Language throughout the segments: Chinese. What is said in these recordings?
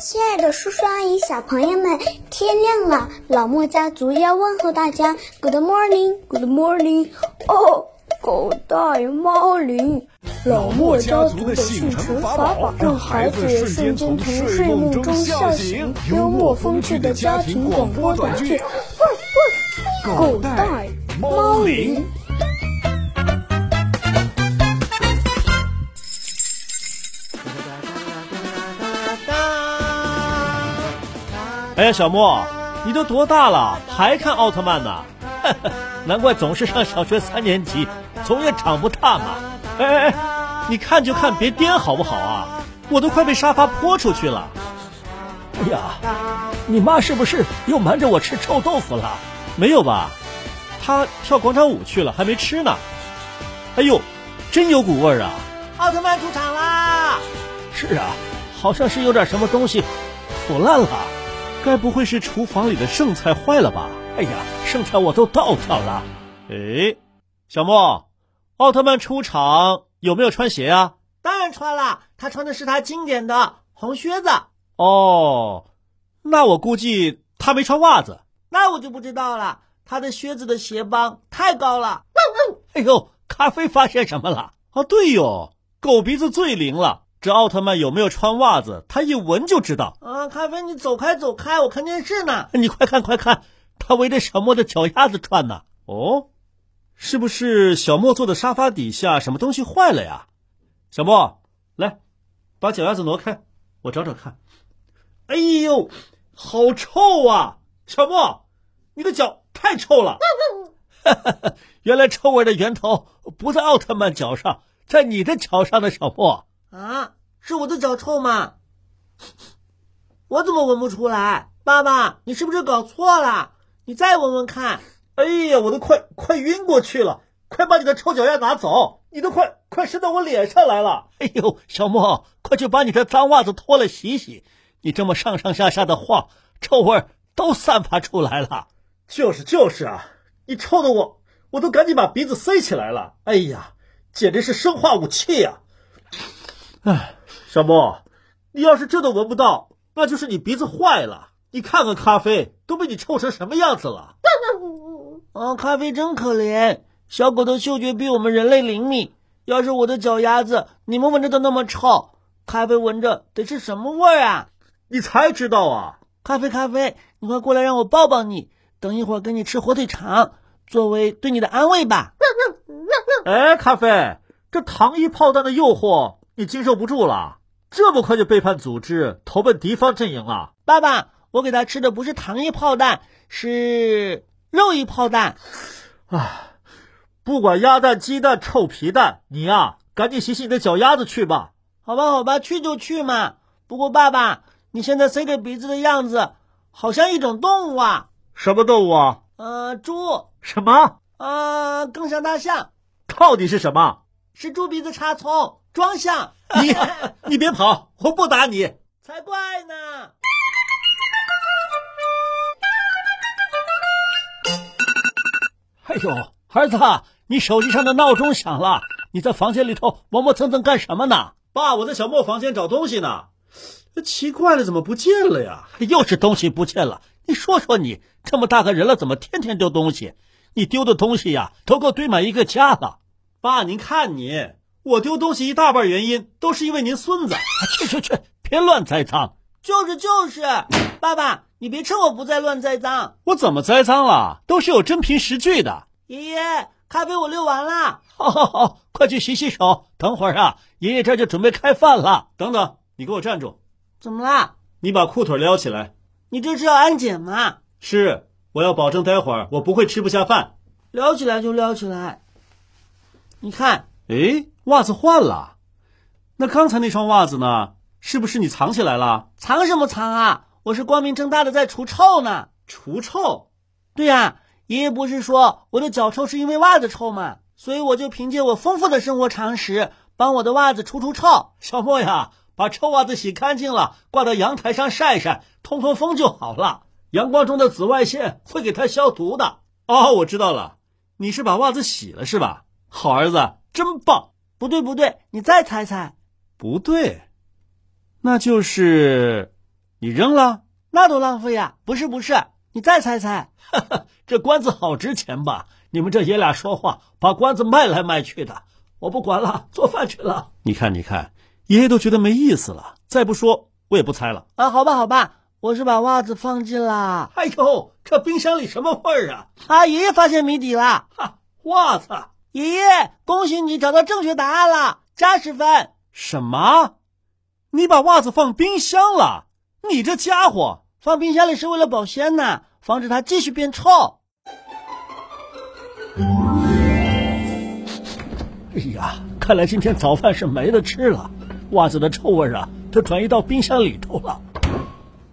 亲爱的叔叔阿姨、小朋友们，天亮了，老莫家族要问候大家，Good morning，Good morning。哦，狗带猫铃。老莫家族的的醒醒神神法法宝宝，让让孩孩子子瞬间瞬间从从睡睡梦梦中中笑笑醒醒。幽幽默默风风趣趣的的家家庭庭广广播播短短剧剧，狗狗带带猫猫铃铃。哎呀，小莫，你都多大了，还看奥特曼呢？ 难怪总是上小学三年级，总也长不大嘛。哎哎哎，你看就看，别颠好不好啊？我都快被沙发泼出去了。哎呀，你妈是不是又瞒着我吃臭豆腐了？没有吧？她跳广场舞去了，还没吃呢。哎呦，真有股味儿啊！奥特曼出场啦！是啊，好像是有点什么东西腐烂了，该不会是厨房里的剩菜坏了吧？哎呀，剩菜我都倒掉了。哎，小莫，奥特曼出场有没有穿鞋啊？当然穿了，他穿的是他经典的红靴子。哦，那我估计他没穿袜子。那我就不知道了，他的靴子的鞋帮太高了。哎呦，咖啡发现什么了？哦，对哟，狗鼻子最灵了。这奥特曼有没有穿袜子，他一闻就知道。啊，咖啡，你走开走开，我看电视呢。你快看快看，他围着小莫的脚丫子转呢。哦，是不是小莫坐的沙发底下什么东西坏了呀？小莫，来，把脚丫子挪开，我找找看。哎呦，好臭啊！小莫，你的脚太臭 了。原来臭味的源头不在奥特曼脚上，在你的脚上的小莫。啊，是我的脚臭吗？我怎么闻不出来？爸爸，你是不是搞错了？你再闻闻看。哎呀，我都快快晕过去了！快把你的臭脚丫拿走，你都快快伸到我脸上来了！哎呦，小莫，快去把你的脏袜子脱了洗洗！你这么上上下下的晃，臭味儿都散发出来了。就是就是啊，你臭的我我都赶紧把鼻子塞起来了。哎呀，简直是生化武器呀、哎，小莫，你要是这都闻不到，那就是你鼻子坏了。你看看咖啡都被你臭成什么样子了！ 哦，咖啡真可怜，小狗的嗅觉比我们人类灵敏。要是我的脚丫子，你们闻着都那么臭，咖啡闻着得是什么味儿啊？你才知道啊！咖啡，咖啡，你快过来让我抱抱你。等一会儿给你吃火腿肠，作为对你的安慰吧。哎，咖啡，这糖衣炮弹的诱惑你经受不住了，这么快就背叛组织，投奔敌方阵营了？爸爸，我给他吃的不是糖衣炮弹，是肉衣炮弹。不管鸭蛋、鸡蛋、臭皮蛋，你呀、啊赶紧洗洗你的脚丫子去吧！好吧，好吧，去就去嘛。不过爸爸，你现在塞着鼻子的样子，好像一种动物啊，什么动物啊？呃，猪，什么？呃，更像大象，到底是什么？是猪鼻子插葱，装象， 你你别跑，我不打你！才怪呢。哎呦，儿子，啊你手机上的闹钟响了，你在房间里头磨磨蹭蹭干什么呢？爸，我在小莫房间找东西呢。奇怪了，怎么不见了呀？哎又是东西不见了。你说说你，这么大个人了，怎么天天丢东西？你丢的东西呀，都够堆满一个家了。爸，您看您，我丢东西一大半原因都是因为您孙子。啊去去去，别乱栽赃！就是就是，爸爸，你别趁我不在乱栽赃。我怎么栽赃了？都是有真凭实据的。爷爷，咖啡我溜完啦。好好好，快去洗洗手。等会儿啊，爷爷这就准备开饭了。等等，你给我站住！怎么啦？你把裤腿撩起来。你这是要安检吗？是，我要保证待会儿我不会吃不下饭。撩起来就撩起来。你看，诶，袜子换了。那刚才那双袜子呢？是不是你藏起来了？藏什么藏啊？我是光明正大的在除臭呢。除臭。对呀、爷爷不是说我的脚臭是因为袜子臭吗？所以我就凭借我丰富的生活常识，帮我的袜子除除臭。小莫呀，把臭袜子洗干净了，挂到阳台上晒晒，通通风就好了。阳光中的紫外线会给它消毒的。哦，我知道了，你是把袜子洗了是吧？好儿子，真棒。不对不对，你再猜猜，不对，那就是你扔了？那多浪费呀！不是不是，你再猜猜。 这关子好值钱吧？你们这爷俩说话，把关子卖来卖去的。我不管了，做饭去了。你看，你看，爷爷都觉得没意思了。再不说，我也不猜了。啊，好吧好吧，我是把袜子放进啦。哎呦，这冰箱里什么味儿啊？啊，爷爷发现谜底啦！哈，袜子！啊爷爷，恭喜你找到正确答案了，加十分。什么？你把袜子放冰箱了？你这家伙！放冰箱里是为了保鲜呐，防止它继续变臭。哎呀，看来今天早饭是没得吃了。袜子的臭味啊，都转移到冰箱里头了。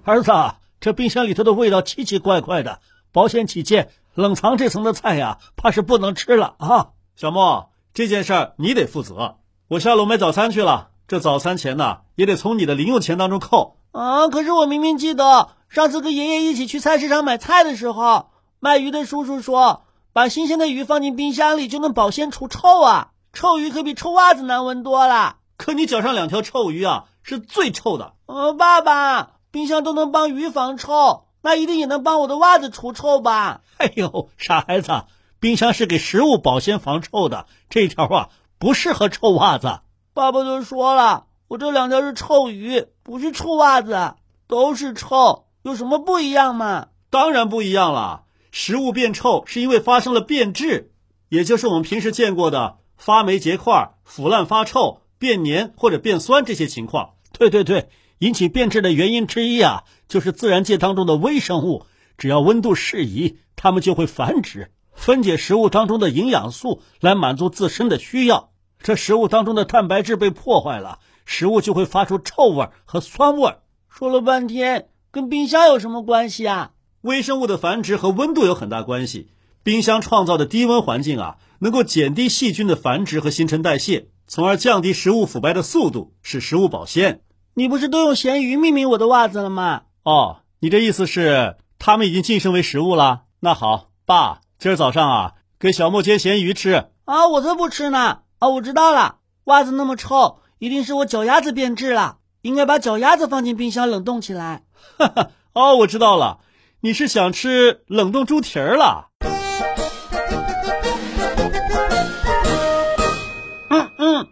儿子，啊这冰箱里头的味道奇奇怪怪的，保险起见，冷藏这层的菜呀、怕是不能吃了啊。小莫，这件事儿你得负责。我下楼买早餐去了，这早餐钱呢，也得从你的零用钱当中扣。啊，可是我明明记得上次跟爷爷一起去菜市场买菜的时候，卖鱼的叔叔说，把新鲜的鱼放进冰箱里就能保鲜除臭啊。臭鱼可比臭袜子难闻多了。可你脚上两条臭鱼啊，是最臭的。呃，爸爸，冰箱都能帮鱼防臭，那一定也能帮我的袜子除臭吧？哎呦，傻孩子，冰箱是给食物保鲜防臭的，这条啊不适合臭袜子。爸爸都说了，我这两条是臭鱼，不是臭袜子，都是臭，有什么不一样吗？当然不一样了，食物变臭是因为发生了变质，也就是我们平时见过的发霉结块、腐烂发臭、变黏或者变酸这些情况。对对对，引起变质的原因之一啊，就是自然界当中的微生物，只要温度适宜，它们就会繁殖，分解食物当中的营养素来满足自身的需要。这食物当中的蛋白质被破坏了，食物就会发出臭味儿和酸味儿。说了半天，跟冰箱有什么关系啊？微生物的繁殖和温度有很大关系。冰箱创造的低温环境啊，能够减低细菌的繁殖和新陈代谢，从而降低食物腐败的速度，使食物保鲜。你不是都用咸鱼命名我的袜子了吗？哦，你这意思是它们已经晋升为食物了？那好，爸，今儿早上啊，给小莫煎咸鱼吃。啊，我才不吃呢！啊，我知道了，袜子那么臭，一定是我脚丫子变质了，应该把脚丫子放进冰箱冷冻起来。哈哈，哦，我知道了，你是想吃冷冻猪蹄儿了？嗯嗯，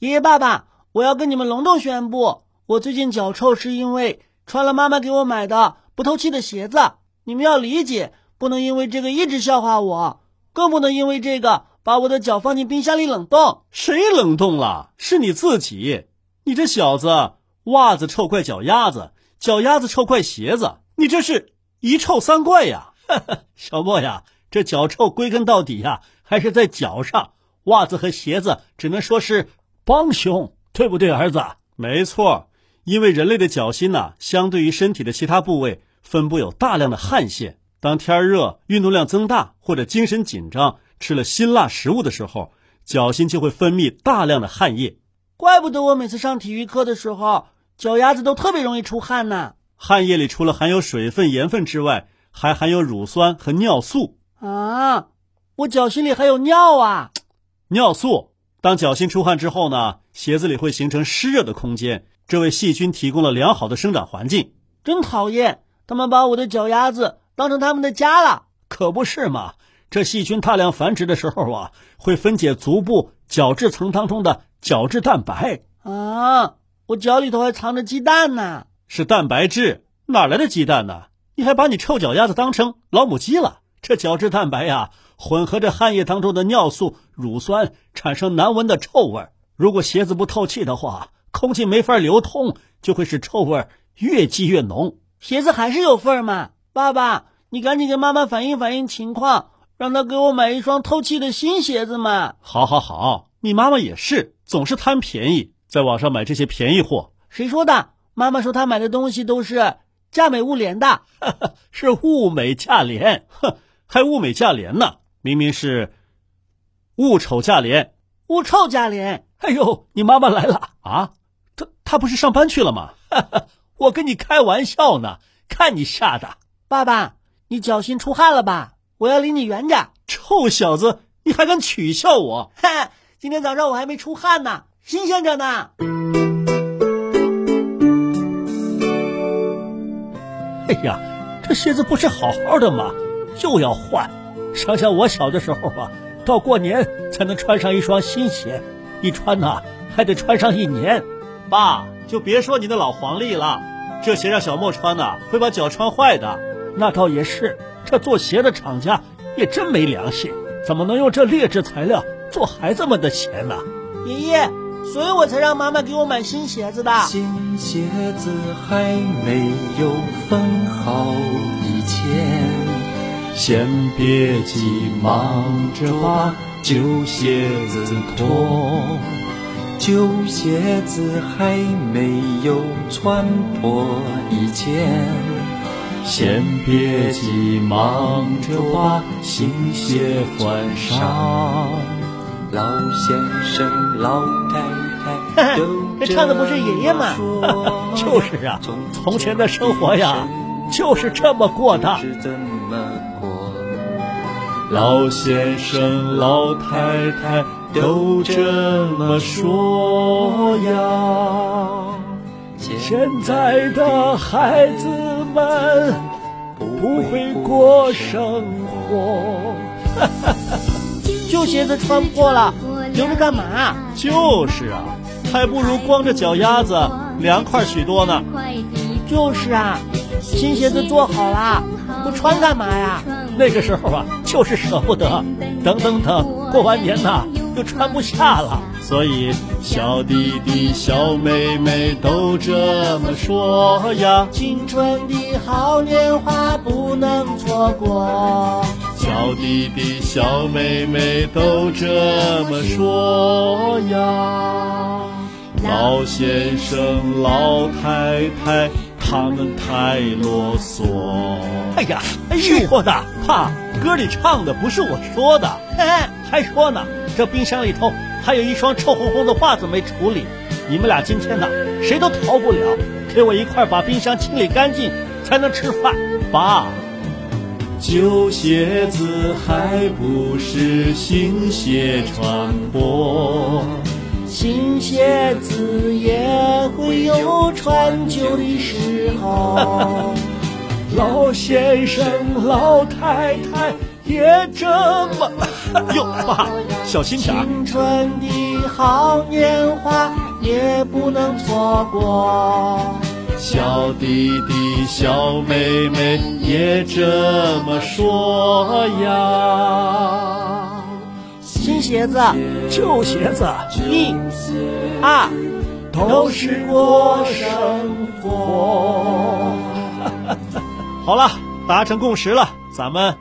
爷爷爸爸，我要跟你们隆重宣布，我最近脚臭是因为穿了妈妈给我买的不透气的鞋子，你们要理解，不能因为这个一直笑话我，更不能因为这个把我的脚放进冰箱里冷冻。谁冷冻了？是你自己！你这小子，袜子臭怪脚丫子，脚丫子臭怪鞋子，你这是一臭三怪呀！小莫呀，这脚臭归根到底呀，还是在脚上。袜子和鞋子只能说是帮凶，对不对，儿子？没错，因为人类的脚心呐、相对于身体的其他部位，分布有大量的汗腺。当天儿热、运动量增大或者精神紧张，吃了辛辣食物的时候，脚心就会分泌大量的汗液。怪不得我每次上体育课的时候，脚丫子都特别容易出汗呢。汗液里除了含有水分、盐分之外，还含有乳酸和尿素。啊，我脚心里还有尿啊！尿素当脚心出汗之后呢，鞋子里会形成湿热的空间，这为细菌提供了良好的生长环境。真讨厌，他们把我的脚丫子当成他们的家了。可不是嘛？这细菌大量繁殖的时候啊，会分解足部角质层当中的角质蛋白，啊，我脚里头还藏着鸡蛋呢。是蛋白质，哪来的鸡蛋呢？你还把你臭脚丫子当成老母鸡了？这角质蛋白呀、混合着汗液当中的尿素、乳酸，产生难闻的臭味儿。如果鞋子不透气的话，空气没法流通，就会使臭味儿越积越浓。鞋子还是有份儿嘛。爸爸，你赶紧跟妈妈反映反映情况，让她给我买一双透气的新鞋子嘛。好好好，你妈妈也是，总是贪便宜，在网上买这些便宜货。谁说的？妈妈说她买的东西都是价美物廉的。 是物美价廉， 哼，还物美价廉呢？明明是物丑价廉。物臭价廉。哎呦，你妈妈来了啊？她她不是上班去了吗？ 我跟你开玩笑呢，看你吓的，爸爸，你脚心出汗了吧？我要离你远点。臭小子，你还敢取笑我？哈，今天早上我还没出汗呢，新鲜着呢。哎呀，这鞋子不是好好的吗？又要换。想想我小的时候啊，到过年才能穿上一双新鞋，一穿呐、还得穿上一年。爸，就别说你的老黄历了，这鞋让小莫穿呐、会把脚穿坏的。那倒也是，这做鞋的厂家也真没良心，怎么能用这劣质材料做孩子们的鞋呢？爷爷，所以我才让妈妈给我买新鞋子的。，新鞋子还没有分好以前，先别急忙着把旧鞋子脱。旧鞋子还没有穿破以前，先别急忙着把新鞋换上。老先生、老太太 这唱的不是爷爷吗？ 就是啊，从前的生活呀，就是这么过的。是怎么过？老先生、老太太都这么说呀。现在的孩子们不会过生 活，旧鞋子穿破了，留着干嘛？就是啊，还不如光着脚丫子凉快许多呢。就是啊，新鞋子做好啦，不穿干嘛呀？那个时候啊，就是舍不得，等等等，过完年呐、就穿不下了。所以小弟弟、小妹妹都这么说呀，青春的好年华不能错过。小弟弟、小妹妹都这么说呀。老先生、老太太，他们太啰嗦。哎呀，哎呦我的爸，歌里唱的不是我说的，嘿嘿，还说呢，这冰箱里头还有一双臭烘烘的袜子没处理，你们俩今天呢，谁都逃不了，给我一块儿把冰箱清理干净，才能吃饭。爸，旧鞋子还不是新鞋穿破，新鞋子也会有穿旧的时候。老先生、老太太也这么。哟，爸，小心点儿。青春的好年华也不能错过。小弟弟、小妹妹也这么说呀。新鞋子，旧鞋子一、二，都是过生活。好了，达成共识了，咱们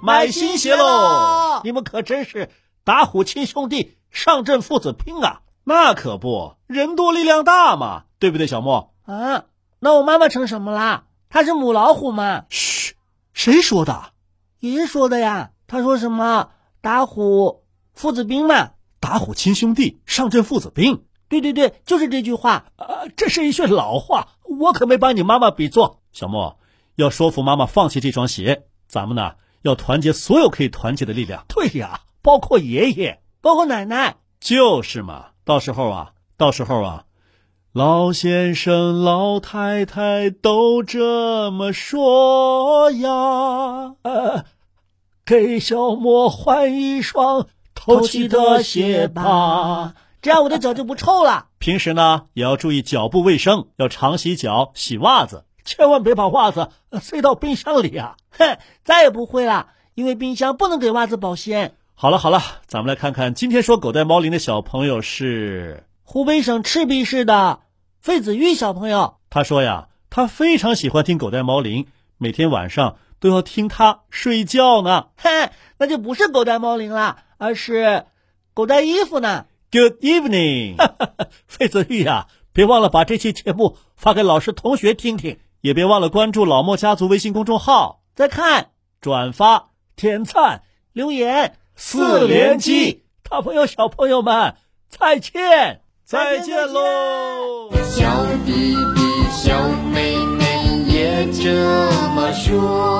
买新鞋喽！你们可真是打虎亲兄弟，上阵父子兵啊！那可不，人多力量大嘛，对不对，小莫？啊，那我妈妈成什么啦？她是母老虎吗？嘘，谁说的？爷爷说的呀。他说什么打虎父子兵嘛？打虎亲兄弟，上阵父子兵。对对对，就是这句话。啊，这是一句老话，我可没把你妈妈比作。小莫，要说服妈妈放弃这双鞋，咱们呢要团结所有可以团结的力量。对呀，包括爷爷。包括奶奶，就是嘛，到时候啊，到时候啊，老先生、老太太都这么说呀。呃，给小莫换一双偷气的鞋吧。，这样我的脚就不臭了。平时呢，也要注意脚部卫生，要常洗脚、洗袜子，千万别把袜子呃塞到冰箱里啊！哼，再也不会了，因为冰箱不能给袜子保鲜。好了好了，咱们来看看今天说狗带猫铃的小朋友是，湖北省赤壁市的费子玉小朋友，他说呀，他非常喜欢听狗带猫铃，每天晚上都要听它睡觉呢。哼，那就不是狗带猫铃了，而是狗带衣服呢。 Good evening，费子玉呀、别忘了把这期节目发给老师同学听听，也别忘了关注老莫家族微信公众号，再看转发、点赞。留言四连击，大朋友小朋友们，再见，再见喽。小弟弟、小妹妹也这么说。